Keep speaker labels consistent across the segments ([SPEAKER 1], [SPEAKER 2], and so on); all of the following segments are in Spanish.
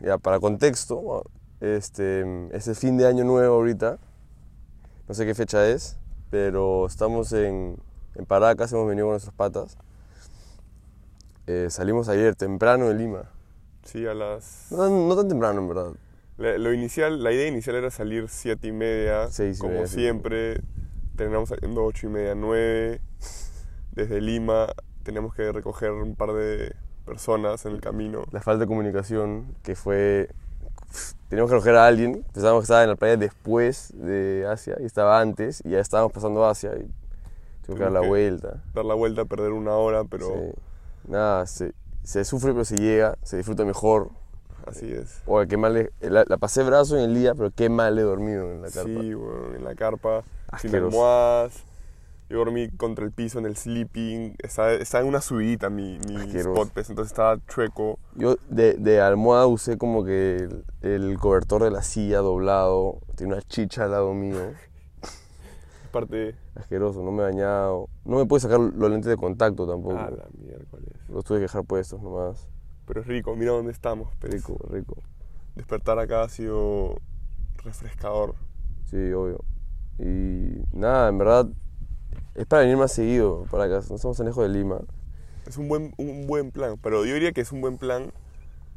[SPEAKER 1] ya para contexto, este, es el fin de año nuevo ahorita, no sé qué fecha es, pero estamos en, en Paracas, hemos venido con nuestras patas. Eh, salimos ayer temprano de Lima,
[SPEAKER 2] Sí, a las...
[SPEAKER 1] no tan, no tan temprano en verdad,
[SPEAKER 2] la- lo inicial, la idea inicial era salir siete y media,
[SPEAKER 1] Seis y
[SPEAKER 2] como
[SPEAKER 1] media, sí.
[SPEAKER 2] siempre. Terminamos saliendo ocho y media, nueve. Desde Lima tenemos que recoger un par de personas en el camino.
[SPEAKER 1] la falta de comunicación que fue... Teníamos que recoger a alguien, pensábamos que estaba en la playa después de Asia y estaba antes y ya estábamos pasando Asia y tuvimos que dar la
[SPEAKER 2] Tuvimos que-
[SPEAKER 1] vuelta.
[SPEAKER 2] Dar la vuelta, perder una hora, pero
[SPEAKER 1] Sí. Nada, se, se sufre pero se llega, se disfruta mejor.
[SPEAKER 2] así es.
[SPEAKER 1] O qué mal le- la, la pasé brazo en el día, pero qué mal he dormido en la carpa.
[SPEAKER 2] Sí, weón, en la carpa, sin
[SPEAKER 1] Asqueroso.
[SPEAKER 2] almohadas. Yo dormí contra el piso en el sleeping. Estaba, estaba en una subidita mi, mi
[SPEAKER 1] Asqueroso.
[SPEAKER 2] spot, pues, entonces estaba chueco.
[SPEAKER 1] Yo de, de almohada usé como que el, el cobertor de la silla doblado, tenía una chicha al lado mío,
[SPEAKER 2] Aparte,
[SPEAKER 1] asqueroso, no me he bañado. No me pude sacar los lentes de contacto tampoco.
[SPEAKER 2] a Ah, la miércoles.
[SPEAKER 1] Los tuve que dejar puestos nomás.
[SPEAKER 2] Pero es rico, mira dónde estamos. pues.
[SPEAKER 1] Rico, rico.
[SPEAKER 2] Despertar acá ha sido refrescador.
[SPEAKER 1] Sí, obvio. Y nada, en verdad, es para venir más seguido para acá. No estamos tan lejos de Lima.
[SPEAKER 2] Es un buen, un buen plan, pero yo diría que es un buen plan.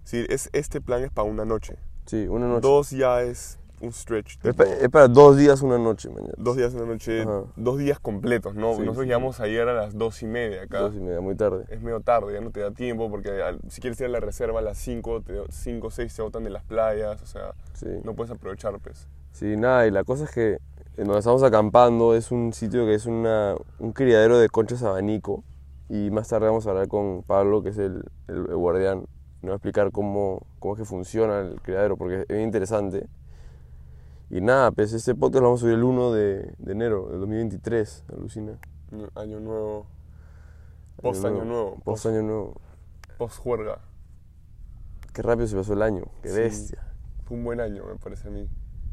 [SPEAKER 2] Sí, es, este plan es para una noche.
[SPEAKER 1] Sí, una noche.
[SPEAKER 2] Dos ya es un stretch.
[SPEAKER 1] Es,
[SPEAKER 2] tipo,
[SPEAKER 1] pa- es para dos días, una noche mañana.
[SPEAKER 2] dos días una noche,
[SPEAKER 1] Ajá.
[SPEAKER 2] dos días completos, ¿no?
[SPEAKER 1] Sí,
[SPEAKER 2] Nosotros
[SPEAKER 1] sí.
[SPEAKER 2] llegamos ayer a las dos y media acá.
[SPEAKER 1] Dos y media, muy tarde.
[SPEAKER 2] Es medio tarde, ya no te da tiempo porque al- si quieres ir a la reserva a las 5, 5 o 6 se botan de las playas, o sea,
[SPEAKER 1] Sí.
[SPEAKER 2] no puedes aprovechar, pues.
[SPEAKER 1] Sí, nada, y la cosa es que en donde estamos acampando es un sitio que es una, un criadero de conchas abanico. Y más tarde vamos a hablar con Pablo, que es el, el- el guardián, y nos va a explicar cómo, cómo es que funciona el criadero, porque es bien interesante. Y nada, pues este podcast lo vamos a subir el 1 de, de enero del 2023, alucina.
[SPEAKER 2] N- Año nuevo, post año nuevo,
[SPEAKER 1] Post año nuevo.
[SPEAKER 2] post juerga.
[SPEAKER 1] Qué rápido se pasó el año, qué
[SPEAKER 2] Sí.
[SPEAKER 1] bestia.
[SPEAKER 2] Fue un buen año, me parece a mí.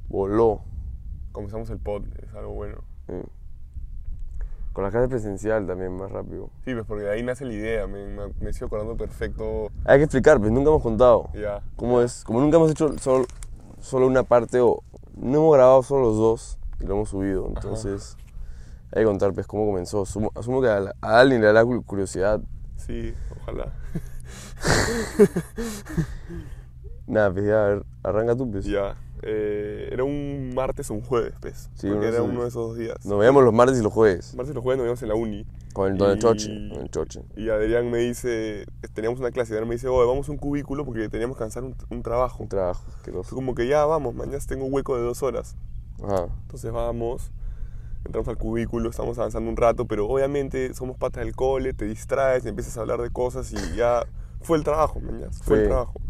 [SPEAKER 1] Voló.
[SPEAKER 2] Comenzamos el pod, es algo bueno.
[SPEAKER 1] Sí. Con la clase presencial también, más rápido.
[SPEAKER 2] Sí, pues porque de ahí nace la idea, me, me, me sigo acordando perfecto
[SPEAKER 1] Hay que explicar, pues nunca hemos contado
[SPEAKER 2] ya.
[SPEAKER 1] cómo es. Como nunca hemos hecho solo, solo una parte o no hemos grabado solo los dos y lo hemos subido. Entonces, hay que contar, pues, cómo comenzó. Asumo, asumo que a, la- a alguien le da la cu- curiosidad.
[SPEAKER 2] Sí, ojalá.
[SPEAKER 1] Nada, pues ya, a ver, arranca tú, pues.
[SPEAKER 2] ya. Eh, era un martes o un jueves, pues.
[SPEAKER 1] Sí, uno
[SPEAKER 2] porque
[SPEAKER 1] de
[SPEAKER 2] era
[SPEAKER 1] esos
[SPEAKER 2] uno de
[SPEAKER 1] días.
[SPEAKER 2] esos dos días.
[SPEAKER 1] Nos veíamos los martes y los jueves
[SPEAKER 2] Martes y los jueves nos vemos en la uni.
[SPEAKER 1] con el, con el
[SPEAKER 2] Y-
[SPEAKER 1] choche. Con el choche.
[SPEAKER 2] Y Adrián me dice, eh, teníamos una clase, Adrián me dice, oye, vamos a un cubículo porque teníamos que lanzar un, un trabajo.
[SPEAKER 1] Un trabajo, asqueroso.
[SPEAKER 2] Fue como que ya vamos, mañana tengo un hueco de dos horas.
[SPEAKER 1] Ajá.
[SPEAKER 2] Entonces vamos, entramos al cubículo, estamos avanzando un rato, pero obviamente somos patas del cole, te distraes, empiezas a hablar de cosas y ya fue el trabajo, mañana, fue el
[SPEAKER 1] Sí.
[SPEAKER 2] trabajo.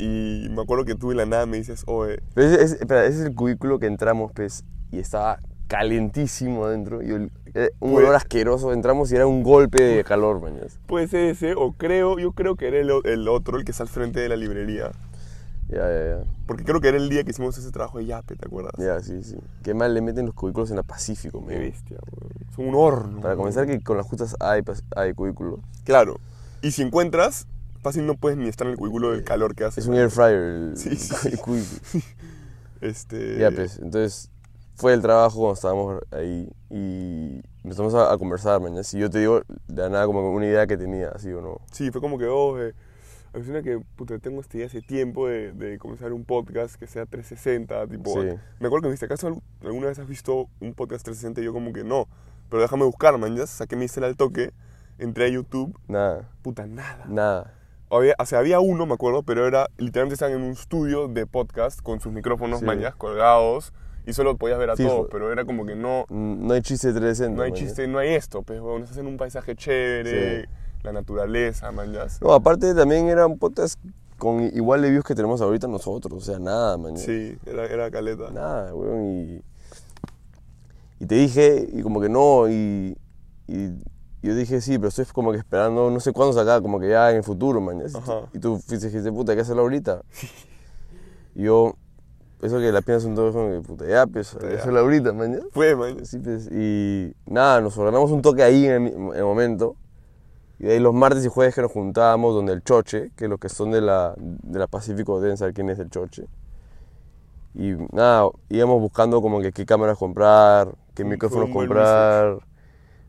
[SPEAKER 2] Y me acuerdo que tú en la nada me dices, oye,
[SPEAKER 1] Pero ese, ese- espera, ese es el cubículo que entramos, pues, y estaba calentísimo adentro. Y ol- eh, un
[SPEAKER 2] Pues-
[SPEAKER 1] olor asqueroso. Entramos y era un golpe de calor, mañas.
[SPEAKER 2] puede ser ese, o creo, yo creo que era el, o- el otro, el que está al frente de la librería.
[SPEAKER 1] Ya, ya, ya.
[SPEAKER 2] Porque creo que era el día que hicimos ese trabajo de Yape, ¿te acuerdas?
[SPEAKER 1] Ya, sí, sí. Qué mal le meten los cubículos en la Pacífico,
[SPEAKER 2] Qué
[SPEAKER 1] me
[SPEAKER 2] bestia, weón. Son un horno.
[SPEAKER 1] Para
[SPEAKER 2] weón.
[SPEAKER 1] comenzar, que con las justas hay, pas- hay cubículo.
[SPEAKER 2] Claro. Y si encuentras, fácil no puedes ni estar en el cubículo del calor que hace.
[SPEAKER 1] Es un air fryer el,
[SPEAKER 2] Sí, sí, sí.
[SPEAKER 1] el cubículo.
[SPEAKER 2] Este.
[SPEAKER 1] Ya, pues, entonces fue el trabajo cuando estábamos ahí y empezamos a, a conversar, mañana. Si yo te digo de la nada como una idea que tenía, así o no.
[SPEAKER 2] Sí, fue como que, oh, eh, alucina que puta, tengo esta idea hace tiempo de, de comenzar un podcast que sea 360. Tipo,
[SPEAKER 1] Sí.
[SPEAKER 2] me acuerdo que me dijiste, ¿acaso al- alguna vez has visto un podcast 360? Y yo, como que no. Pero déjame buscar, man. Ya saqué mi cel al toque, entré a YouTube,
[SPEAKER 1] Nada,
[SPEAKER 2] puta, nada.
[SPEAKER 1] nada.
[SPEAKER 2] Había, o sea, había uno, me acuerdo, pero era literalmente estaban en un estudio de podcast con sus micrófonos
[SPEAKER 1] Sí.
[SPEAKER 2] mañas colgados y solo podías ver a
[SPEAKER 1] Fijo.
[SPEAKER 2] todos, pero era como que no,
[SPEAKER 1] Mm, No hay chiste de 360.
[SPEAKER 2] no hay
[SPEAKER 1] mañas.
[SPEAKER 2] chiste, no hay esto, pues, weón, estás en un paisaje chévere,
[SPEAKER 1] Sí.
[SPEAKER 2] la naturaleza, mañas.
[SPEAKER 1] No, aparte también era un podcast con igual de views que tenemos ahorita nosotros. O sea, nada, mañana.
[SPEAKER 2] Sí, era, era caleta.
[SPEAKER 1] Nada, weón, y, y te dije, y como que no, y, y yo dije, sí, pero estoy como que esperando, no sé cuándo sacar, como que ya en el futuro, man. Y tú-
[SPEAKER 2] Ajá.
[SPEAKER 1] Y tú fuiste- dijiste, puta, hay que hacerlo ahorita. Y yo, eso que la piensas un toque, como que, puta, ya, pues, hay que
[SPEAKER 2] ya.
[SPEAKER 1] hacerlo ahorita, man. ya".
[SPEAKER 2] Fue, mañas.
[SPEAKER 1] Sí, pues, y nada, nos ordenamos un toque ahí en el, mi- en el momento. Y de ahí los martes y jueves que nos juntábamos donde el choche, que los que son de la, de la Pacífico deben saber quién es el choche. Y nada, íbamos buscando como que qué cámaras comprar, qué
[SPEAKER 2] Un-
[SPEAKER 1] micrófonos
[SPEAKER 2] un buen
[SPEAKER 1] comprar.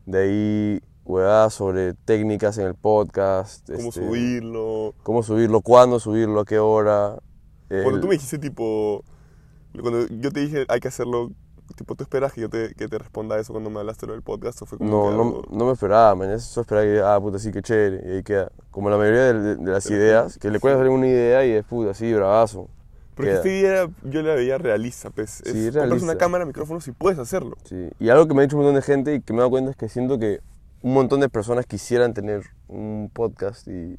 [SPEAKER 1] De ahí, huevadas sobre técnicas en el podcast.
[SPEAKER 2] cómo
[SPEAKER 1] este,
[SPEAKER 2] subirlo.
[SPEAKER 1] Cómo subirlo, cuándo subirlo, a qué hora.
[SPEAKER 2] Cuando tú
[SPEAKER 1] el-
[SPEAKER 2] me dijiste, tipo, cuando yo te dije hay que hacerlo, tipo, ¿tú esperas que yo te, que te responda eso cuando me hablaste lo del podcast? ¿O fue como
[SPEAKER 1] No,
[SPEAKER 2] que
[SPEAKER 1] no,
[SPEAKER 2] algo-
[SPEAKER 1] no me esperaba, man. Eso esperaba que, ah, puta, sí, qué chévere. Y ahí queda. Como la mayoría de, de las
[SPEAKER 2] Pero-
[SPEAKER 1] ideas, que le puedes salir una idea y es puta, sí, bravazo.
[SPEAKER 2] Porque
[SPEAKER 1] queda.
[SPEAKER 2] esta idea yo la veía realista, pues.
[SPEAKER 1] Sí,
[SPEAKER 2] es, compras
[SPEAKER 1] realista.
[SPEAKER 2] una cámara, micrófonos y puedes hacerlo.
[SPEAKER 1] Sí. Y algo que me ha dicho un montón de gente y que me he dado cuenta es que siento que un montón de personas quisieran tener un podcast y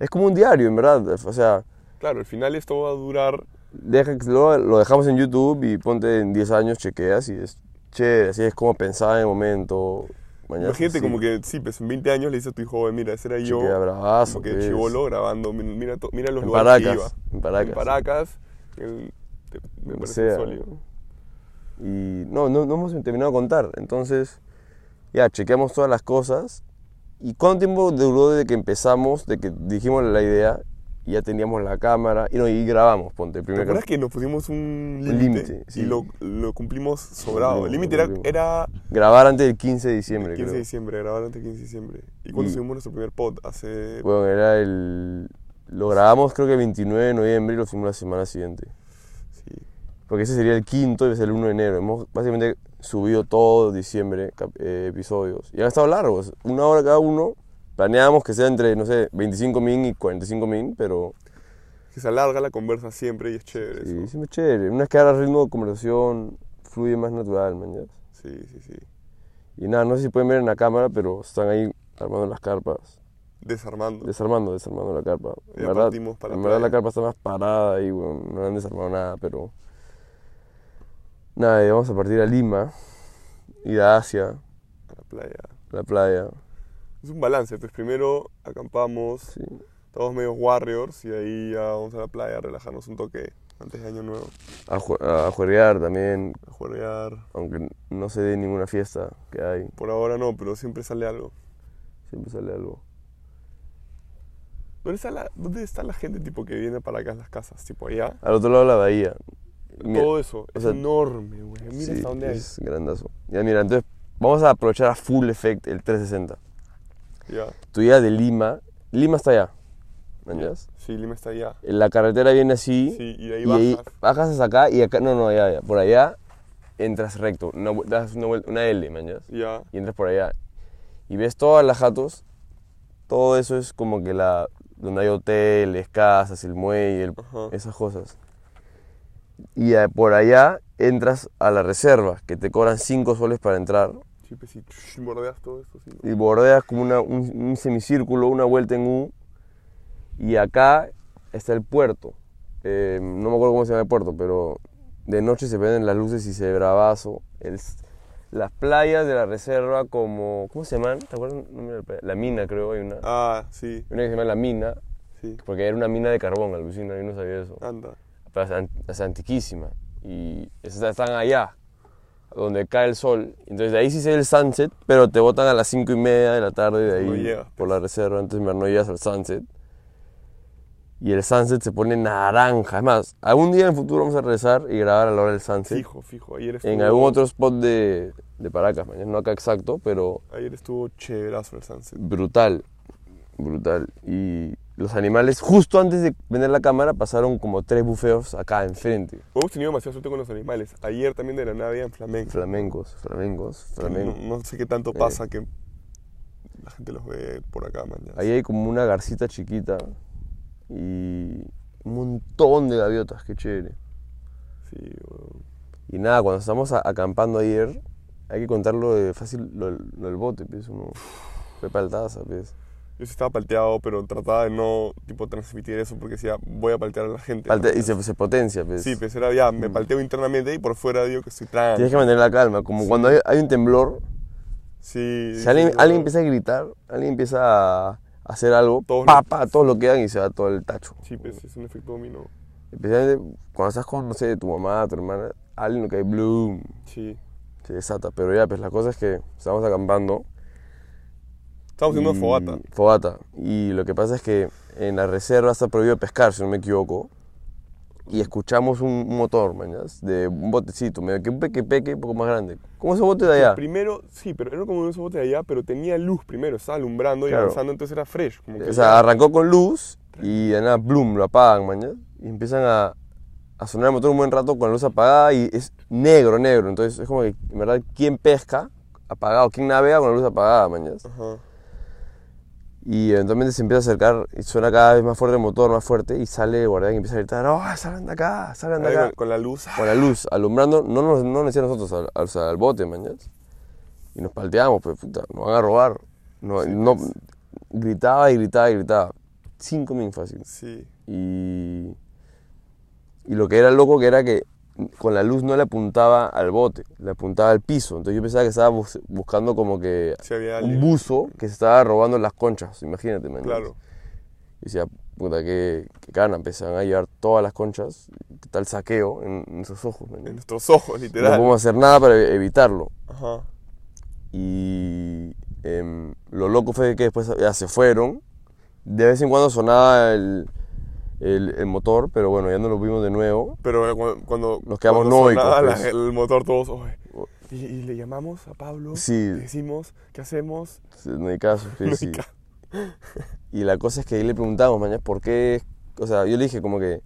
[SPEAKER 1] es como un diario, en verdad. O sea,
[SPEAKER 2] Claro, al final esto va a durar
[SPEAKER 1] deja que lo, lo dejamos en YouTube y ponte en 10 años, chequeas y es chévere, así es como pensaba en el momento. Mañana,
[SPEAKER 2] Imagínate
[SPEAKER 1] sí,
[SPEAKER 2] como que, sí, pues en 20 años le dices a tu hijo, "Oye, mira, ese era yo.
[SPEAKER 1] chequea, bravazo,
[SPEAKER 2] Como que
[SPEAKER 1] pues.
[SPEAKER 2] chivolo grabando, mi- mira, to- mira los
[SPEAKER 1] En
[SPEAKER 2] lugares que
[SPEAKER 1] Paracas,
[SPEAKER 2] iba.
[SPEAKER 1] en Paracas.
[SPEAKER 2] En Paracas, el- te- me
[SPEAKER 1] O
[SPEAKER 2] parece
[SPEAKER 1] sea,
[SPEAKER 2] sólido.
[SPEAKER 1] Y no, no, no hemos terminado de contar. Entonces, ya, chequeamos todas las cosas. ¿Y cuánto tiempo duró desde que empezamos, de que dijimos la idea, y ya teníamos la cámara, y, no, y grabamos, ponte, el
[SPEAKER 2] ¿Te
[SPEAKER 1] primer
[SPEAKER 2] acuerdas
[SPEAKER 1] cap-
[SPEAKER 2] que nos pusimos un
[SPEAKER 1] Un
[SPEAKER 2] límite
[SPEAKER 1] límite,
[SPEAKER 2] y
[SPEAKER 1] sí.
[SPEAKER 2] lo, lo cumplimos sobrado?
[SPEAKER 1] Lo
[SPEAKER 2] El límite era,
[SPEAKER 1] cumplimos.
[SPEAKER 2] era
[SPEAKER 1] Grabar antes del 15 de
[SPEAKER 2] el
[SPEAKER 1] diciembre,
[SPEAKER 2] 15 de
[SPEAKER 1] creo. Mm.
[SPEAKER 2] diciembre, grabar antes del 15 de diciembre. ¿Y cuando
[SPEAKER 1] Y-
[SPEAKER 2] subimos nuestro primer pod? Hace...
[SPEAKER 1] Bueno, era el... Lo grabamos creo que el 29 de noviembre y lo hicimos la semana siguiente.
[SPEAKER 2] sí,
[SPEAKER 1] Porque ese sería el quinto y es el 1 de enero. Hemos básicamente subido todo diciembre cap- eh, episodios. Y han estado largos, una hora cada uno. Planeábamos que sea entre, no sé, 25 min y 45 min, pero
[SPEAKER 2] que se alarga la conversa siempre y es chévere
[SPEAKER 1] sí,
[SPEAKER 2] eso.
[SPEAKER 1] siempre chévere. Una vez que agarras ritmo de conversación, fluye más natural, man. ¿ya?
[SPEAKER 2] Sí, sí, sí.
[SPEAKER 1] Y nada, no sé si pueden ver en la cámara, pero están ahí armando las carpas.
[SPEAKER 2] Desarmando.
[SPEAKER 1] Desarmando, desarmando la carpa. En
[SPEAKER 2] Ya
[SPEAKER 1] verdad,
[SPEAKER 2] partimos para la
[SPEAKER 1] en verdad la
[SPEAKER 2] playa.
[SPEAKER 1] carpa está más parada ahí, weón. No han desarmado nada, pero... Nada, y vamos a partir a Lima, ir a Asia,
[SPEAKER 2] A la playa.
[SPEAKER 1] la playa.
[SPEAKER 2] Es un balance, pues primero acampamos,
[SPEAKER 1] Sí.
[SPEAKER 2] Estamos medio warriors y ahí ya vamos a la playa a relajarnos un toque antes de Año Nuevo.
[SPEAKER 1] A, jue- a juerguear también,
[SPEAKER 2] A jugar.
[SPEAKER 1] aunque no se dé ninguna fiesta que hay,
[SPEAKER 2] Por ahora no, pero siempre sale algo.
[SPEAKER 1] siempre sale algo.
[SPEAKER 2] ¿Dónde está la, dónde está la gente tipo que viene para acá a las casas? Tipo allá.
[SPEAKER 1] Al otro lado de la bahía. Mira,
[SPEAKER 2] Todo eso. Es
[SPEAKER 1] sea,
[SPEAKER 2] enorme, güey. Mira
[SPEAKER 1] sí,
[SPEAKER 2] hasta dónde hay.
[SPEAKER 1] es grandazo. Ya mira, entonces vamos a aprovechar a full effect el 360.
[SPEAKER 2] Ya.
[SPEAKER 1] Tu idea de Lima, Lima está allá, ¿me entiendes?
[SPEAKER 2] Sí, Lima está allá.
[SPEAKER 1] La carretera viene así
[SPEAKER 2] Sí, y de ahí
[SPEAKER 1] y ahí
[SPEAKER 2] bajas.
[SPEAKER 1] bajas hasta acá y acá, no, no, allá, allá. por allá entras recto, una, vue- das una, vuelta- una L, ¿me entiendes?
[SPEAKER 2] Ya.
[SPEAKER 1] y entras por allá y ves todas las jatos, todo eso es como que la donde hay hoteles, casas, el muelle, el-
[SPEAKER 2] Ajá.
[SPEAKER 1] esas cosas. Y a- por allá entras a la reserva, que te cobran 5 soles para entrar
[SPEAKER 2] Sí, pues sí. Shh, Bordeas todo esto. Sí.
[SPEAKER 1] y bordeas como una- un, un semicírculo, una vuelta en U. Y acá está el puerto. Eh, no me acuerdo cómo se llama el puerto, pero de noche se prenden las luces y se bravazo. El s- las playas de la reserva como... ¿Cómo se llaman? ¿Te acuerdas? el nombre de la playa? La mina, creo, hay una.
[SPEAKER 2] Ah, sí.
[SPEAKER 1] Hay una que se llama La Mina,
[SPEAKER 2] Sí.
[SPEAKER 1] porque era una mina de carbón, alucina, yo no sabía eso.
[SPEAKER 2] Anda.
[SPEAKER 1] Pero es, an- es antiquísima. Y esas están allá, donde cae el sol. Entonces de ahí sí se ve el sunset, pero te botan a las 5 y media de la tarde de ahí
[SPEAKER 2] No llegas, pues.
[SPEAKER 1] por la reserva. Entonces no llegas al sunset. Y el sunset se pone naranja. Es más, algún día en el futuro vamos a regresar y grabar a la hora del sunset.
[SPEAKER 2] Fijo, fijo. Ayer estuvo.
[SPEAKER 1] en algún otro spot de, de Paracas, mañana no acá exacto, pero
[SPEAKER 2] Ayer estuvo chéverazo el sunset.
[SPEAKER 1] brutal, brutal. Y los animales, justo antes de vender la cámara, pasaron como tres bufeos acá enfrente.
[SPEAKER 2] Hemos tenido demasiada suerte con los animales. Ayer también de la nave en flamenco.
[SPEAKER 1] Flamencos, flamencos,
[SPEAKER 2] Que No,
[SPEAKER 1] flamencos.
[SPEAKER 2] no sé qué tanto
[SPEAKER 1] Eh.
[SPEAKER 2] pasa que la gente los ve por acá mañana.
[SPEAKER 1] Ahí hay como una garcita chiquita y un montón de gaviotas, qué chévere.
[SPEAKER 2] Sí, weón.
[SPEAKER 1] Y nada, cuando estamos a- acampando ayer, hay que contar lo de fácil, lo, del- lo del bote, pues uno fue paltaza, pues.
[SPEAKER 2] Yo sí estaba palteado, pero trataba de no tipo transmitir eso porque decía, voy a paltear a la gente.
[SPEAKER 1] Paltea- y se, se potencia, pues.
[SPEAKER 2] Sí, pues era ya, me palteo internamente y por fuera digo que estoy trans.
[SPEAKER 1] Tienes que mantener la calma, como cuando hay, hay un temblor,
[SPEAKER 2] Sí.
[SPEAKER 1] si alguien,
[SPEAKER 2] sí,
[SPEAKER 1] alguien
[SPEAKER 2] weón.
[SPEAKER 1] empieza a gritar, alguien empieza a hacer algo,
[SPEAKER 2] Todos
[SPEAKER 1] pa,
[SPEAKER 2] lo-
[SPEAKER 1] pa, todos lo quedan y se va todo el tacho.
[SPEAKER 2] Sí, pues es un efecto dominó.
[SPEAKER 1] Especialmente cuando estás con, no sé, tu mamá, tu hermana, alguien lo que hay, bloom.
[SPEAKER 2] Sí.
[SPEAKER 1] Se desata, pero ya, pues la cosa es que estamos acampando.
[SPEAKER 2] Estamos en una
[SPEAKER 1] y-
[SPEAKER 2] fogata.
[SPEAKER 1] Fogata. Y lo que pasa es que en la reserva está prohibido pescar, si no me equivoco. Y escuchamos un un motor, mañas, de un botecito, medio que un peque peque, un poco más grande. ¿Cómo ese bote de allá?
[SPEAKER 2] Primero, sí, pero era como un bote de allá, pero tenía luz primero, estaba alumbrando y
[SPEAKER 1] Claro.
[SPEAKER 2] avanzando, entonces era fresh. Como que
[SPEAKER 1] O sea, arrancó con luz y de nada, bloom, lo apagan, mañana. Y empiezan a, a sonar el motor un buen rato con la luz apagada y es negro, negro. Entonces es como que, en verdad, ¿quién pesca apagado? ¿Quién navega con la luz apagada, mañana?
[SPEAKER 2] Ajá.
[SPEAKER 1] Y eventualmente se empieza a acercar y suena cada vez más fuerte el motor, más fuerte. Y sale el guardián y empieza a gritar, ¡Oh, salgan de acá, salgan de
[SPEAKER 2] Ahora
[SPEAKER 1] acá!
[SPEAKER 2] Con, con la luz. ah,
[SPEAKER 1] Con la luz alumbrando, no nos no nos decía a nosotros, al, al- o sea, al bote, mañana. Y nos palteamos, pues puta, nos van a robar. No, no, gritaba y gritaba y gritaba. Cinco minutos fácil.
[SPEAKER 2] Sí.
[SPEAKER 1] Y, y lo que era loco que era que con la luz no le apuntaba al bote, le apuntaba al piso. Entonces yo pensaba que estaba bus- buscando como que
[SPEAKER 2] Si había
[SPEAKER 1] un
[SPEAKER 2] alguien.
[SPEAKER 1] buzo que se estaba robando las conchas, imagínate, man.
[SPEAKER 2] Claro.
[SPEAKER 1] Y decía, puta, que, que cana, empezaban pues, a llevar todas las conchas, qué tal saqueo en, en sus ojos, man.
[SPEAKER 2] En nuestros ojos,
[SPEAKER 1] No
[SPEAKER 2] literal.
[SPEAKER 1] podemos hacer nada para e-, evitarlo.
[SPEAKER 2] Ajá.
[SPEAKER 1] Y em, lo loco fue que después ya se fueron. De vez en cuando sonaba el, el- el motor, pero bueno, ya no lo vimos de nuevo.
[SPEAKER 2] Pero eh, cu- cuando.
[SPEAKER 1] Nos quedamos
[SPEAKER 2] cuando
[SPEAKER 1] nóicos,
[SPEAKER 2] sonaba la-
[SPEAKER 1] pues. Oh.
[SPEAKER 2] el motor, todos. "Oye". Y, y le llamamos a Pablo.
[SPEAKER 1] Sí.
[SPEAKER 2] Le decimos, ¿qué hacemos?
[SPEAKER 1] No hay caso, sí,
[SPEAKER 2] No hay
[SPEAKER 1] sí.
[SPEAKER 2] ca-
[SPEAKER 1] Y la cosa es que ahí le preguntamos, mañana, ¿por qué? O sea, yo le dije como que...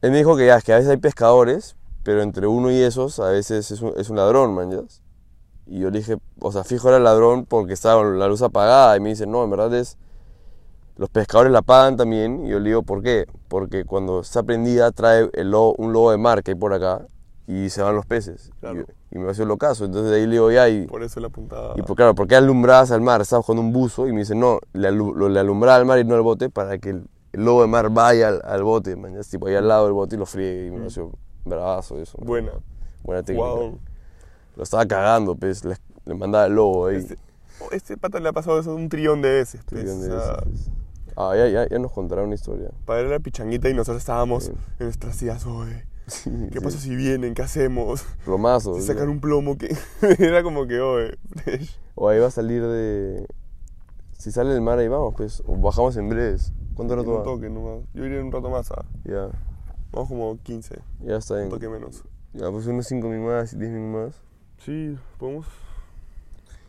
[SPEAKER 1] Él me dijo que ya, es que a veces hay pescadores, pero entre uno y esos a veces es un, es un ladrón, mañas. Y yo le dije, o sea, fijo era el ladrón porque estaba con la luz apagada. Y me dice, no, en verdad es... Los pescadores la apagan también. Y yo le digo, ¿por qué? Porque cuando está prendida trae el lobo- un lobo de mar que hay por acá y se van los peces. Y-
[SPEAKER 2] Claro.
[SPEAKER 1] Y, me hace lo caso. Entonces de ahí le digo, ya, y...
[SPEAKER 2] Por eso la puntada.
[SPEAKER 1] Y por, claro, ¿por qué alumbrabas al mar? Estabas con un buzo y me dice, no, le, alu- lo- le alumbraba al mar y no al bote para que el, el lobo de mar vaya al, al bote, man, ya, tipo ahí al lado del bote y lo friegue y me
[SPEAKER 2] Mm.
[SPEAKER 1] pareció bravazo eso. man.
[SPEAKER 2] Buena.
[SPEAKER 1] Buena técnica.
[SPEAKER 2] Wow.
[SPEAKER 1] Lo estaba cagando, pues, le, le mandaba el lobo ahí.
[SPEAKER 2] Este, oh, este pata le ha pasado eso un trillón de veces. pues,
[SPEAKER 1] Trillón
[SPEAKER 2] o
[SPEAKER 1] de
[SPEAKER 2] sea,
[SPEAKER 1] veces. Ah, ya, ya, ya nos contará una historia.
[SPEAKER 2] Para él era pichanguita y nosotros estábamos
[SPEAKER 1] Sí.
[SPEAKER 2] en nuestras sillas. "Oye,
[SPEAKER 1] Sí,
[SPEAKER 2] ¿Qué
[SPEAKER 1] sí.
[SPEAKER 2] pasa si vienen? ¿Qué hacemos?
[SPEAKER 1] Plomazo.
[SPEAKER 2] Si
[SPEAKER 1] sí.
[SPEAKER 2] sacan un plomo que. era como que, oye. fresh.
[SPEAKER 1] O ahí va a salir de... Si sale del mar ahí vamos, pues, o bajamos en breves. ¿Cuánto
[SPEAKER 2] En
[SPEAKER 1] rato
[SPEAKER 2] un
[SPEAKER 1] va?
[SPEAKER 2] toque nomás. Yo iría en un rato más. ah.
[SPEAKER 1] Ya,
[SPEAKER 2] Vamos como 15.
[SPEAKER 1] ya está
[SPEAKER 2] Un
[SPEAKER 1] bien.
[SPEAKER 2] toque menos.
[SPEAKER 1] Ya, pues unos 5 minutos más, 10 minutos más.
[SPEAKER 2] Sí, podemos.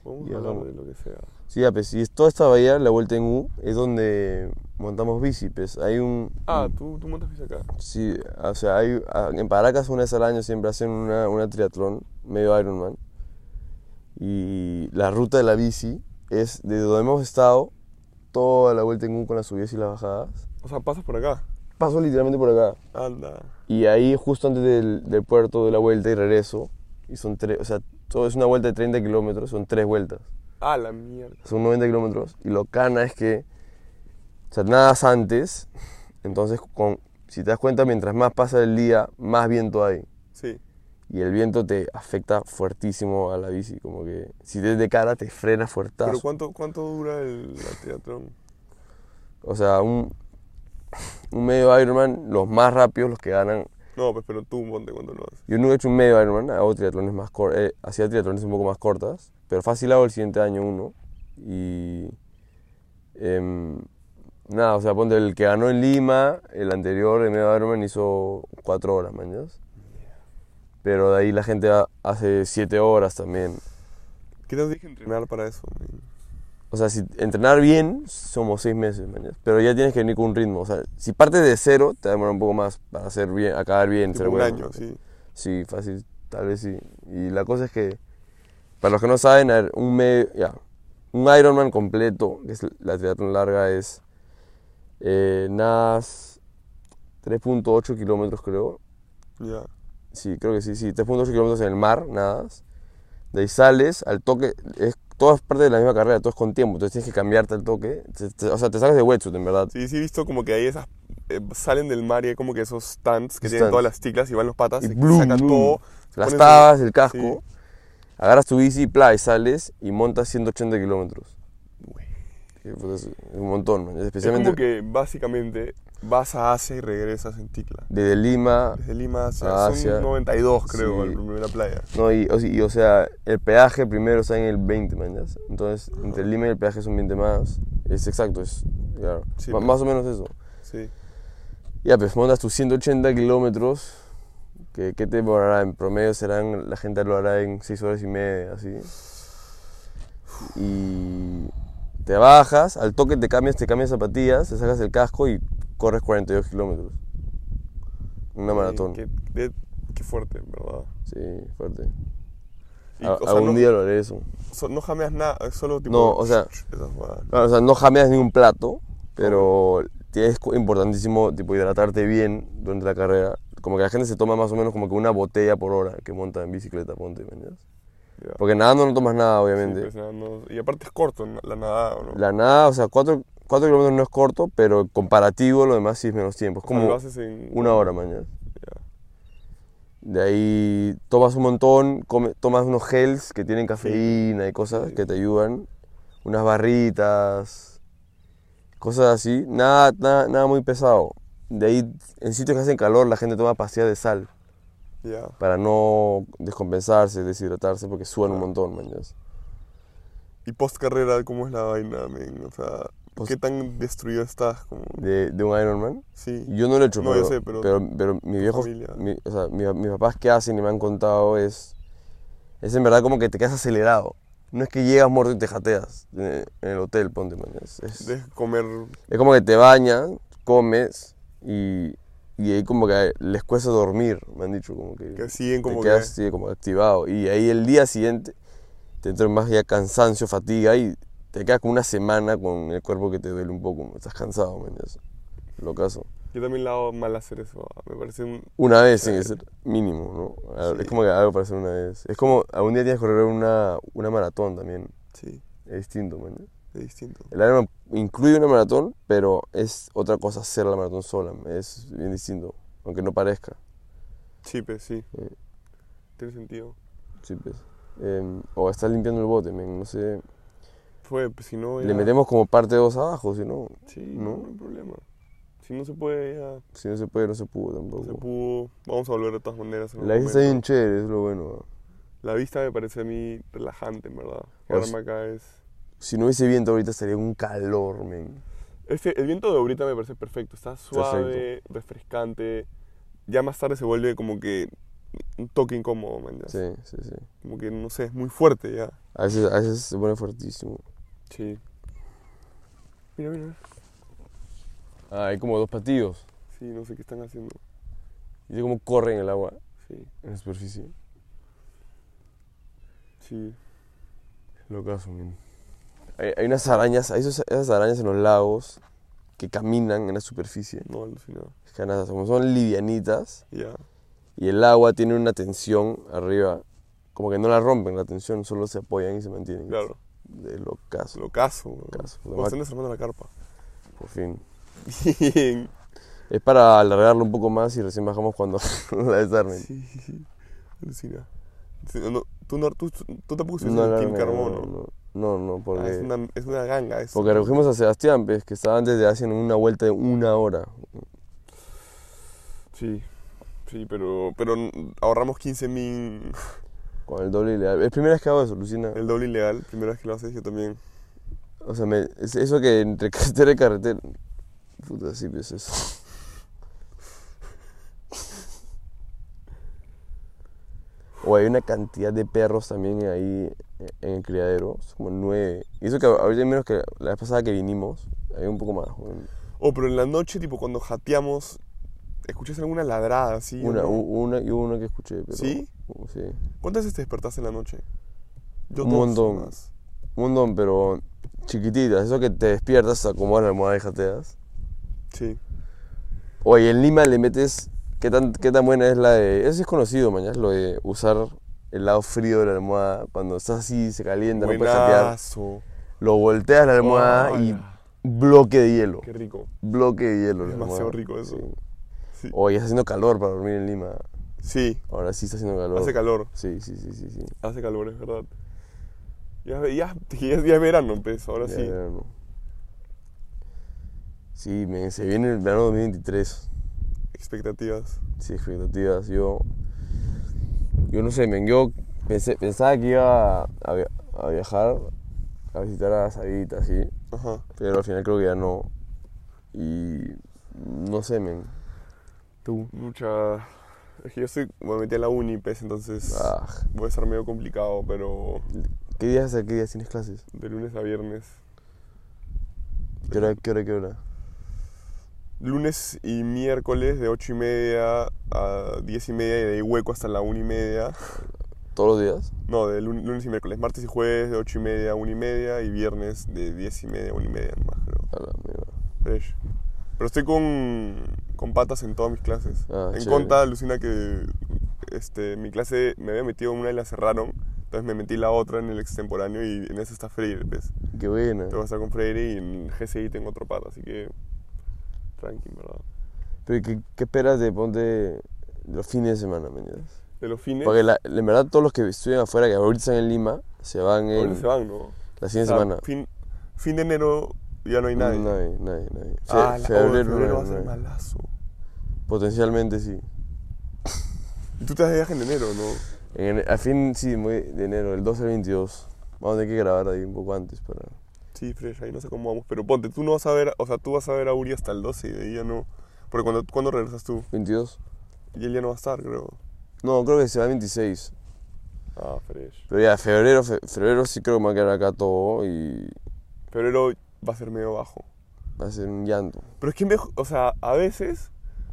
[SPEAKER 2] Podemos
[SPEAKER 1] Ya
[SPEAKER 2] hablar
[SPEAKER 1] vamos.
[SPEAKER 2] de lo que sea.
[SPEAKER 1] Sí, ya, pues, y es- toda esta bahía, la vuelta en U, es donde montamos bici, pues. Hay un...
[SPEAKER 2] Ah, tú, tú montas bici acá.
[SPEAKER 1] Sí, o sea, hay, a- en Paracas una vez al año siempre hacen una, una triatlón, medio Ironman. Y la ruta de la bici es de donde hemos estado, toda la vuelta en U con las subidas y las bajadas.
[SPEAKER 2] O sea, pasas por acá.
[SPEAKER 1] Paso literalmente por acá.
[SPEAKER 2] Anda.
[SPEAKER 1] Y ahí, justo antes del, del puerto, de la vuelta y regreso, y son tres, o sea, todo es una vuelta de 30 kilómetros, son tres vueltas.
[SPEAKER 2] Ah, la mierda.
[SPEAKER 1] son 90 kilómetros y lo cana es que o sea, nadas antes entonces con, si te das cuenta mientras más pasa el día más viento hay
[SPEAKER 2] Sí.
[SPEAKER 1] y el viento te afecta fuertísimo a la bici como que si te es de cara te frena
[SPEAKER 2] Pero
[SPEAKER 1] fuertazo
[SPEAKER 2] ¿cuánto, cuánto dura el la triatlón?
[SPEAKER 1] o sea un un medio Ironman los más rápidos los que ganan
[SPEAKER 2] No, pues pero tú monte cuando lo haces.
[SPEAKER 1] yo nunca he hecho un medio Ironman hago triatlones más cor- eh, hacía triatlones un poco más cortas pero fácil hago el siguiente año uno y em, Nada, o sea, ponte el que ganó en Lima, el anterior, el medio Ironman, hizo cuatro horas, mañas. Pero de ahí la gente ha- hace siete horas también.
[SPEAKER 2] ¿Qué te dije entrenar para eso? man?
[SPEAKER 1] O sea, si entrenar bien, somos seis meses, mañas. Pero ya tienes que venir con un ritmo. O sea, si partes de cero, te demora un poco más para hacer bien, acabar bien,
[SPEAKER 2] Tipo
[SPEAKER 1] ser
[SPEAKER 2] un
[SPEAKER 1] bueno.
[SPEAKER 2] año, sí.
[SPEAKER 1] Sí, fácil, tal vez sí. Y la cosa es que, para los que no saben, a ver, un medio, ya, un Ironman completo, que es la triatlón larga, es eh, nadas 3.8 kilómetros, creo.
[SPEAKER 2] Ya.
[SPEAKER 1] Sí, creo que sí, sí, 3.8 kilómetros en el mar, nadas. De ahí sales, al toque, es, todo es parte de la misma carrera, todo es con tiempo, entonces tienes que cambiarte al toque. Te- te- o sea, te sacas de wetsuit, en verdad.
[SPEAKER 2] Sí, sí he visto como que hay esas... eh, salen del mar y hay como que esos stands que tienen
[SPEAKER 1] Stands.
[SPEAKER 2] todas las ticlas y van los patas,
[SPEAKER 1] Y
[SPEAKER 2] se
[SPEAKER 1] blum,
[SPEAKER 2] sacan
[SPEAKER 1] blum.
[SPEAKER 2] todo. se
[SPEAKER 1] Las
[SPEAKER 2] ponen su-
[SPEAKER 1] tabas, el casco,
[SPEAKER 2] sí.
[SPEAKER 1] agarras tu bici, pla, y sales y montas 180 kilómetros. que, pues, es un montón, man.
[SPEAKER 2] Es como
[SPEAKER 1] especialmente
[SPEAKER 2] que básicamente vas a Asia y regresas en Ticla.
[SPEAKER 1] desde Lima.
[SPEAKER 2] Desde Lima a Asia.
[SPEAKER 1] A Asia.
[SPEAKER 2] Son 92, creo,
[SPEAKER 1] Sí.
[SPEAKER 2] la primera playa.
[SPEAKER 1] No, y, o, si- y, o sea, el peaje primero está en el 20, man, ¿ya? Entonces, entre Lima y el peaje son 20 más. Es exacto, es. Claro.
[SPEAKER 2] Sí,
[SPEAKER 1] Ma-
[SPEAKER 2] pues.
[SPEAKER 1] más o menos eso.
[SPEAKER 2] Sí.
[SPEAKER 1] Ya, pues montas tus 180 kilómetros. Que, ¿Qué te demorará? En promedio serán, la gente lo hará en 6 horas y media, así. Y te bajas, al toque te cambias, te cambias zapatillas, te sacas el casco y corres 42 kilómetros. Una
[SPEAKER 2] Eh,
[SPEAKER 1] maratón.
[SPEAKER 2] Qué, de- qué fuerte, en ¿verdad?
[SPEAKER 1] Sí, fuerte.
[SPEAKER 2] Y,
[SPEAKER 1] A-
[SPEAKER 2] o sea,
[SPEAKER 1] algún
[SPEAKER 2] no,
[SPEAKER 1] día lo haré eso.
[SPEAKER 2] so- no jameas nada, es solo tipo.
[SPEAKER 1] No, o sea-
[SPEAKER 2] esas huevadas.
[SPEAKER 1] Claro, o sea, no jameas ni un plato, pero te- es cu- importantísimo tipo, hidratarte bien durante la carrera. Como que la gente se toma más o menos como que una botella por hora que monta en bicicleta, ponte, ¿me entiendes?
[SPEAKER 2] Ya.
[SPEAKER 1] Porque nadando no tomas nada,
[SPEAKER 2] Sí,
[SPEAKER 1] obviamente.
[SPEAKER 2] pues, nada, no- y aparte es corto na- la nadada, ¿o ¿no?
[SPEAKER 1] La nada, o sea, 4 kilómetros no es corto, pero comparativo lo demás sí es menos tiempo. Es
[SPEAKER 2] O sea,
[SPEAKER 1] como
[SPEAKER 2] lo haces en.
[SPEAKER 1] una hora mañana.
[SPEAKER 2] Ya.
[SPEAKER 1] De ahí tomas un montón, come- tomas unos gels que tienen cafeína y cosas
[SPEAKER 2] Sí.
[SPEAKER 1] que te ayudan, unas barritas, cosas así, nada, nada, nada muy pesado. De ahí, en sitios que hacen calor, la gente toma pastillas de sal
[SPEAKER 2] Ya.
[SPEAKER 1] para no descompensarse, deshidratarse, porque sudan un
[SPEAKER 2] Claro.
[SPEAKER 1] montón, mañas.
[SPEAKER 2] Y post carrera, ¿cómo es la vaina, men? O sea,
[SPEAKER 1] Post-
[SPEAKER 2] ¿qué tan destruido estás? Como...
[SPEAKER 1] De, de un Ironman.
[SPEAKER 2] Sí.
[SPEAKER 1] Yo no lo he hecho,
[SPEAKER 2] No,
[SPEAKER 1] pero,
[SPEAKER 2] yo sé, pero-
[SPEAKER 1] pero mi viejo,
[SPEAKER 2] familia.
[SPEAKER 1] mi- o sea, mi- mis papás que hacen y me han contado es, es en verdad como que te quedas acelerado. No es que llegas muerto y te jateas eh, en el hotel, ponte man. Es, es-
[SPEAKER 2] De comer.
[SPEAKER 1] es como que te bañas, comes y, y ahí como que les cuesta dormir, me han dicho, como que,
[SPEAKER 2] Que siguen
[SPEAKER 1] te
[SPEAKER 2] como que.
[SPEAKER 1] quedas sí, como activado. Y ahí el día siguiente te entra más ya cansancio, fatiga y te quedas como una semana con el cuerpo que te duele un poco, estás cansado, man. Es lo caso.
[SPEAKER 2] Yo también la hago mal hacer eso. ah, Me parece un.
[SPEAKER 1] Una vez tiene que
[SPEAKER 2] Claro.
[SPEAKER 1] ser mínimo, ¿no? A-
[SPEAKER 2] Sí.
[SPEAKER 1] Es como que algo para hacer una vez. Es como algún día tienes que correr una, una maratón también.
[SPEAKER 2] Sí,
[SPEAKER 1] Es distinto, man.
[SPEAKER 2] es distinto.
[SPEAKER 1] El Ironman incluye una maratón, pero es otra cosa hacer la maratón sola. Es bien distinto, aunque no parezca.
[SPEAKER 2] Sí, pues, sí.
[SPEAKER 1] Sí.
[SPEAKER 2] Tiene sentido.
[SPEAKER 1] Sí, pues. Em, o estás limpiando el bote, men, no sé.
[SPEAKER 2] Fue, pues si no.
[SPEAKER 1] Le
[SPEAKER 2] ya-
[SPEAKER 1] metemos como parte dos abajo, si no,
[SPEAKER 2] Sí,
[SPEAKER 1] ¿no?
[SPEAKER 2] no, no hay problema. Si no se puede, ya.
[SPEAKER 1] si no se puede, no se pudo
[SPEAKER 2] no se
[SPEAKER 1] tampoco.
[SPEAKER 2] pudo. Vamos a volver de todas maneras. en
[SPEAKER 1] La
[SPEAKER 2] algún
[SPEAKER 1] vista está bien
[SPEAKER 2] momento.
[SPEAKER 1] chévere, es lo bueno. ¿no?
[SPEAKER 2] La vista me parece a mí relajante, en verdad.
[SPEAKER 1] O
[SPEAKER 2] Ahora
[SPEAKER 1] sea-
[SPEAKER 2] acá es.
[SPEAKER 1] Si no hubiese viento ahorita sería un calor, men.
[SPEAKER 2] Este, el viento de ahorita me parece perfecto. Está suave, refrescante. Ya más tarde se vuelve como que un toque incómodo, man. ya.
[SPEAKER 1] Sí, sí, sí.
[SPEAKER 2] Como que, no sé, es muy fuerte ya.
[SPEAKER 1] A veces, a veces se pone fuertísimo.
[SPEAKER 2] Sí. Mira, mira.
[SPEAKER 1] Ah, hay como dos patillos.
[SPEAKER 2] Sí, no sé qué están haciendo.
[SPEAKER 1] Y de cómo corre en el agua,
[SPEAKER 2] Sí,
[SPEAKER 1] en la superficie.
[SPEAKER 2] sí.
[SPEAKER 1] Lo caso, men. Hay, hay unas arañas, hay esos- esas arañas en los lagos que caminan en la superficie.
[SPEAKER 2] No, alucinado.
[SPEAKER 1] Es que nada, como son livianitas
[SPEAKER 2] Ya.
[SPEAKER 1] y el agua tiene una tensión arriba. Como que no la rompen la tensión, solo se apoyan y se mantienen.
[SPEAKER 2] Claro.
[SPEAKER 1] De lo caso.
[SPEAKER 2] Lo caso, weón.
[SPEAKER 1] Caso.
[SPEAKER 2] Cuando están desarmando la carpa.
[SPEAKER 1] Por fin.
[SPEAKER 2] Bien.
[SPEAKER 1] Es para alargarlo un poco más y recién bajamos cuando la desarmen.
[SPEAKER 2] Sí, sí, sí. Alucina. Sí, no, tú, no, tú, tú tampoco estuviste
[SPEAKER 1] No,
[SPEAKER 2] en
[SPEAKER 1] la
[SPEAKER 2] Team Carbono.
[SPEAKER 1] no, no, no, no, porque...
[SPEAKER 2] Ah, es, una, es una ganga. Es,
[SPEAKER 1] Porque recogimos a Sebastián, pues, que estaba antes de haciendo una vuelta de una hora.
[SPEAKER 2] Sí. Sí, pero, pero ahorramos 15 mil
[SPEAKER 1] Con el doble ilegal. Es primera vez que hago eso, Lucina.
[SPEAKER 2] el doble ilegal. Primera vez que lo haces, yo también.
[SPEAKER 1] O sea, me- es eso que entre carretera y carretera. Puta, sí, pues eso. O hay una cantidad de perros también ahí en el criadero, son como nueve. Y eso que ahorita hay menos que la vez pasada que vinimos, hay un poco más. weón.
[SPEAKER 2] Oh, pero en la noche, tipo, cuando jateamos, ¿escuchas alguna ladrada así? o
[SPEAKER 1] Una, uh.
[SPEAKER 2] no?
[SPEAKER 1] u- una y una que escuché, pero.
[SPEAKER 2] ¿Sí?
[SPEAKER 1] Sí.
[SPEAKER 2] ¿Cuántas veces te despertaste en la noche?
[SPEAKER 1] Un
[SPEAKER 2] dos
[SPEAKER 1] montón.
[SPEAKER 2] nomás.
[SPEAKER 1] Un montón, pero chiquititas, eso que te despiertas, acomodas la almohada y jateas.
[SPEAKER 2] Sí.
[SPEAKER 1] Oye, en Lima le metes. ¿Qué tan, qué tan buena es la de.? Eso es conocido, mañana, lo de usar el lado frío de la almohada. Cuando estás así, se calienta, no puedes campear.
[SPEAKER 2] Buenazo.
[SPEAKER 1] Lo volteas la almohada y
[SPEAKER 2] Hola.
[SPEAKER 1] bloque de hielo.
[SPEAKER 2] Qué rico.
[SPEAKER 1] Bloque de hielo. la
[SPEAKER 2] Demasiado
[SPEAKER 1] almohada.
[SPEAKER 2] rico eso.
[SPEAKER 1] Sí.
[SPEAKER 2] Sí.
[SPEAKER 1] Oye, está haciendo calor para dormir en Lima.
[SPEAKER 2] Sí,
[SPEAKER 1] Ahora sí está haciendo calor.
[SPEAKER 2] hace calor.
[SPEAKER 1] Sí, sí, sí, sí. sí.
[SPEAKER 2] Hace calor, es verdad. Ya, ya, ya es día de verano, pues, ahora
[SPEAKER 1] Ya,
[SPEAKER 2] sí.
[SPEAKER 1] ya no. Sí, men, se viene el verano 2023.
[SPEAKER 2] Expectativas.
[SPEAKER 1] Sí, expectativas. Yo. Yo no sé, men. Yo pensé- pensaba que iba a, via- a viajar a visitar a Sarita, sí.
[SPEAKER 2] Ajá.
[SPEAKER 1] Pero al final creo que ya no. Y. No sé, men. ¿Tú?
[SPEAKER 2] Mucha. Es que yo soy, me metí a la uni, pues, entonces
[SPEAKER 1] Ah,
[SPEAKER 2] voy a estar medio complicado, pero
[SPEAKER 1] ¿Qué días, a qué días tienes clases?
[SPEAKER 2] de lunes a viernes.
[SPEAKER 1] ¿Qué hora, qué hora, qué hora?
[SPEAKER 2] Lunes y miércoles de 8 y media a 10 y media y de ahí hueco hasta la 1 y media.
[SPEAKER 1] ¿Todos los días?
[SPEAKER 2] No, de lun- lunes y miércoles. Martes y jueves de 8 y media a 1 y media y viernes de 10 y media a 1 y media nomás, creo.
[SPEAKER 1] A la mierda.
[SPEAKER 2] Fresh. Pero estoy con, con patas en todas mis clases.
[SPEAKER 1] Ah,
[SPEAKER 2] en
[SPEAKER 1] chévere.
[SPEAKER 2] conta, alucina que este, mi clase me había metido en una y la cerraron. Entonces me metí la otra en el extemporáneo y en esa está Freire, pues. ¿ves?
[SPEAKER 1] Qué buena.
[SPEAKER 2] Tengo que estar con Freire y en GCI tengo otro pata, así que tranqui, en ¿verdad?
[SPEAKER 1] Pero ¿qué, qué esperas de ponte de los fines de semana, ¿me entiendes?
[SPEAKER 2] De los fines...
[SPEAKER 1] Porque la, en verdad todos los que estudian afuera, que ahorita están en Lima, se van en
[SPEAKER 2] Ahorita se van, ¿no?
[SPEAKER 1] la siguiente
[SPEAKER 2] O sea,
[SPEAKER 1] semana.
[SPEAKER 2] Fin, fin de enero ya no hay nadie.
[SPEAKER 1] Nadie, nadie, nadie. Fe-
[SPEAKER 2] Ah, la- oh, febrero, va a
[SPEAKER 1] no
[SPEAKER 2] ser
[SPEAKER 1] hay.
[SPEAKER 2] malazo.
[SPEAKER 1] Potencialmente sí.
[SPEAKER 2] Y tú te das de viaje en enero, ¿no?
[SPEAKER 1] En- a fin, sí, muy de enero, el 12 al 22. Vamos a tener que grabar ahí un poco antes para...
[SPEAKER 2] Sí, fresh, ahí no sé cómo vamos. Pero ponte, tú no vas a ver, o sea, tú vas a ver a Uri hasta el 12 y de ahí ya no. Porque cuando, ¿cuándo regresas tú?
[SPEAKER 1] ¿22?
[SPEAKER 2] Y él ya no va a estar, creo.
[SPEAKER 1] No, creo que se va el 26.
[SPEAKER 2] Ah, fresh.
[SPEAKER 1] Pero ya, febrero, fe- febrero sí creo que me va a quedar acá todo y
[SPEAKER 2] Febrero va a ser medio bajo.
[SPEAKER 1] va a ser un llanto.
[SPEAKER 2] Pero es que, mejor, o sea, a veces,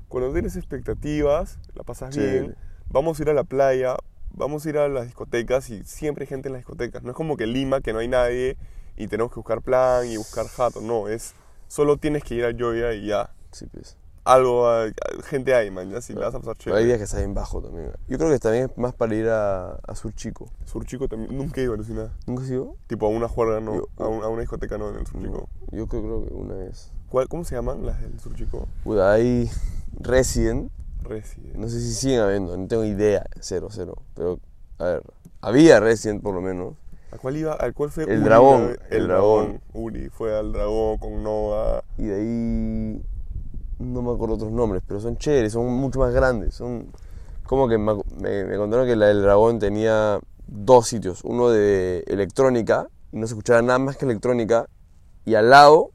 [SPEAKER 2] cuando tienes expectativas, la pasas Ah, bien,
[SPEAKER 1] Chévere.
[SPEAKER 2] vamos a ir a la playa, vamos a ir a las discotecas y siempre hay gente en las discotecas. No es como que Lima, que no hay nadie y tenemos que buscar plan y buscar jato. No, es solo tienes que ir a Joya y ya.
[SPEAKER 1] Sí, pues.
[SPEAKER 2] Algo, hay- gente hay, man, ya si la vas a pasar
[SPEAKER 1] Pero hay
[SPEAKER 2] chévere.
[SPEAKER 1] días que está bien bajo también. Yo creo que también es más para ir a, a Sur Chico.
[SPEAKER 2] Sur Chico también, nunca iba a alucinar.
[SPEAKER 1] ¿Nunca has ido?
[SPEAKER 2] Tipo a una juerga, no,
[SPEAKER 1] Yo-
[SPEAKER 2] a, un- a una discoteca, no, en el Sur Chico.
[SPEAKER 1] Yo creo, creo que una vez.
[SPEAKER 2] ¿Cuál- ¿Cómo se llaman las del Sur Chico?
[SPEAKER 1] Puta, hay Resident.
[SPEAKER 2] Resident.
[SPEAKER 1] No sé si siguen habiendo, no tengo idea. Cero, cero. Pero, a ver. Había Resident por lo menos.
[SPEAKER 2] ¿A cuál iba? ¿Al cuál fue?
[SPEAKER 1] El dragón,
[SPEAKER 2] El,
[SPEAKER 1] el
[SPEAKER 2] dragón.
[SPEAKER 1] dragón.
[SPEAKER 2] Uri fue al dragón con Nova.
[SPEAKER 1] Y de ahí. No me acuerdo otros nombres, pero son chéveres, son mucho más grandes. Son. Como que me, acu- me- me contaron que la del dragón tenía dos sitios. Uno de electrónica, y no se escuchaba nada más que electrónica. Y al lado,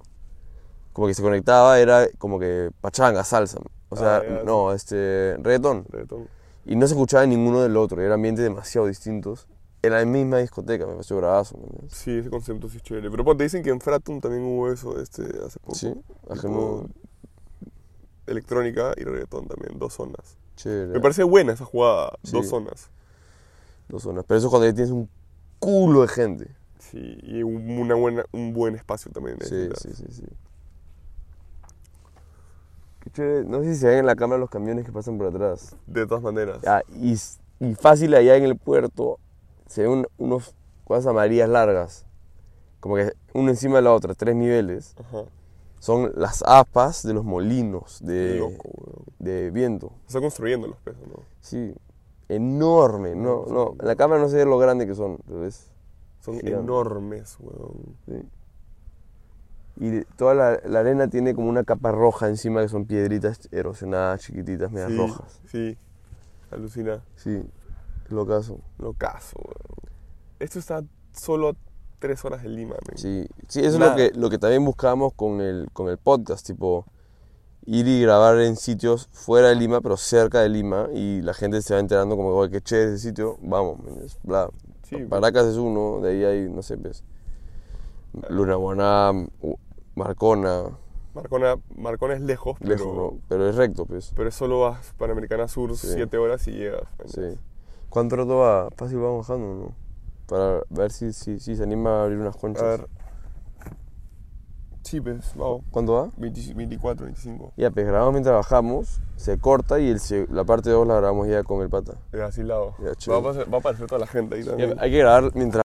[SPEAKER 1] como que se conectaba, era como que pachanga, salsa. O sea,
[SPEAKER 2] Ah, ya,
[SPEAKER 1] no, este. reggaetón.
[SPEAKER 2] Reggaetón.
[SPEAKER 1] Y no se escuchaba ninguno del otro, eran ambientes demasiado distintos. En la misma discoteca, me pareció bravazo. ¿me entiendes?
[SPEAKER 2] Sí, ese concepto sí es chévere. Pero pues, te dicen que en Fratum también hubo eso este, hace poco.
[SPEAKER 1] Sí, ajá,
[SPEAKER 2] Tipo,
[SPEAKER 1] no,
[SPEAKER 2] Electrónica y reggaetón también, dos zonas.
[SPEAKER 1] chévere.
[SPEAKER 2] Me parece buena esa jugada,
[SPEAKER 1] Sí.
[SPEAKER 2] dos zonas.
[SPEAKER 1] Dos zonas. Pero eso es cuando ya tienes un culo de gente.
[SPEAKER 2] Sí, y un- una buena, un buen espacio también.
[SPEAKER 1] Sí,
[SPEAKER 2] necesitas.
[SPEAKER 1] sí, sí, sí. Qué chévere. No sé si se ven en la cámara los camiones que pasan por atrás.
[SPEAKER 2] De todas maneras.
[SPEAKER 1] Ah, y, s- y fácil allá en el puerto se ven unos cosas amarillas largas. Como que una encima de la otra, tres niveles.
[SPEAKER 2] Ajá.
[SPEAKER 1] Son las aspas de los molinos
[SPEAKER 2] Qué
[SPEAKER 1] de,
[SPEAKER 2] loco, weón.
[SPEAKER 1] de viento.
[SPEAKER 2] Está construyendo los pesos, ¿no?
[SPEAKER 1] Sí. Enorme. No, no. En la cámara no se ve lo grande que son. pero es-
[SPEAKER 2] Son
[SPEAKER 1] Gigante.
[SPEAKER 2] enormes, weón.
[SPEAKER 1] Sí. Y de- toda la, la arena tiene como una capa roja encima que son piedritas erosionadas, chiquititas, medias
[SPEAKER 2] sí,
[SPEAKER 1] rojas.
[SPEAKER 2] Sí. Alucina.
[SPEAKER 1] Sí, lo caso.
[SPEAKER 2] Locazo, weón. Esto está solo a tres horas de Lima, men.
[SPEAKER 1] Sí, sí eso es
[SPEAKER 2] Nada.
[SPEAKER 1] lo que, lo que también buscábamos con el, con el podcast, tipo ir y grabar en sitios fuera de Lima, pero cerca de Lima, y la gente se va enterando como, oye, qué chévere ese sitio, vamos, men, es bla.
[SPEAKER 2] Sí, pues.
[SPEAKER 1] Pa- Paracas es uno, de ahí hay, no sé, pues, Lunaguaná, U- Marcona,
[SPEAKER 2] Marcona, Marcona es lejos, pero,
[SPEAKER 1] lejos, ¿no? Pero es recto, pues.
[SPEAKER 2] pero es solo vas Panamericana Sur
[SPEAKER 1] Sí.
[SPEAKER 2] 7 horas y llegas. ¿me
[SPEAKER 1] Sí.
[SPEAKER 2] entiendes?
[SPEAKER 1] ¿Cuánto rato va? Fácil vamos bajando, ¿no? Para ver si, si, si se anima a abrir unas
[SPEAKER 2] A
[SPEAKER 1] conchas.
[SPEAKER 2] ver. Sí, pues, vamos.
[SPEAKER 1] ¿Cuánto va?
[SPEAKER 2] 20 24, 25.
[SPEAKER 1] Ya, pues grabamos mientras bajamos, se corta y el, se- la parte 2 la grabamos ya con el pata.
[SPEAKER 2] De así lado.
[SPEAKER 1] Ya,
[SPEAKER 2] va,
[SPEAKER 1] chévere.
[SPEAKER 2] a pasar- va a aparecer toda la gente ahí
[SPEAKER 1] Ya,
[SPEAKER 2] también.
[SPEAKER 1] hay que grabar mientras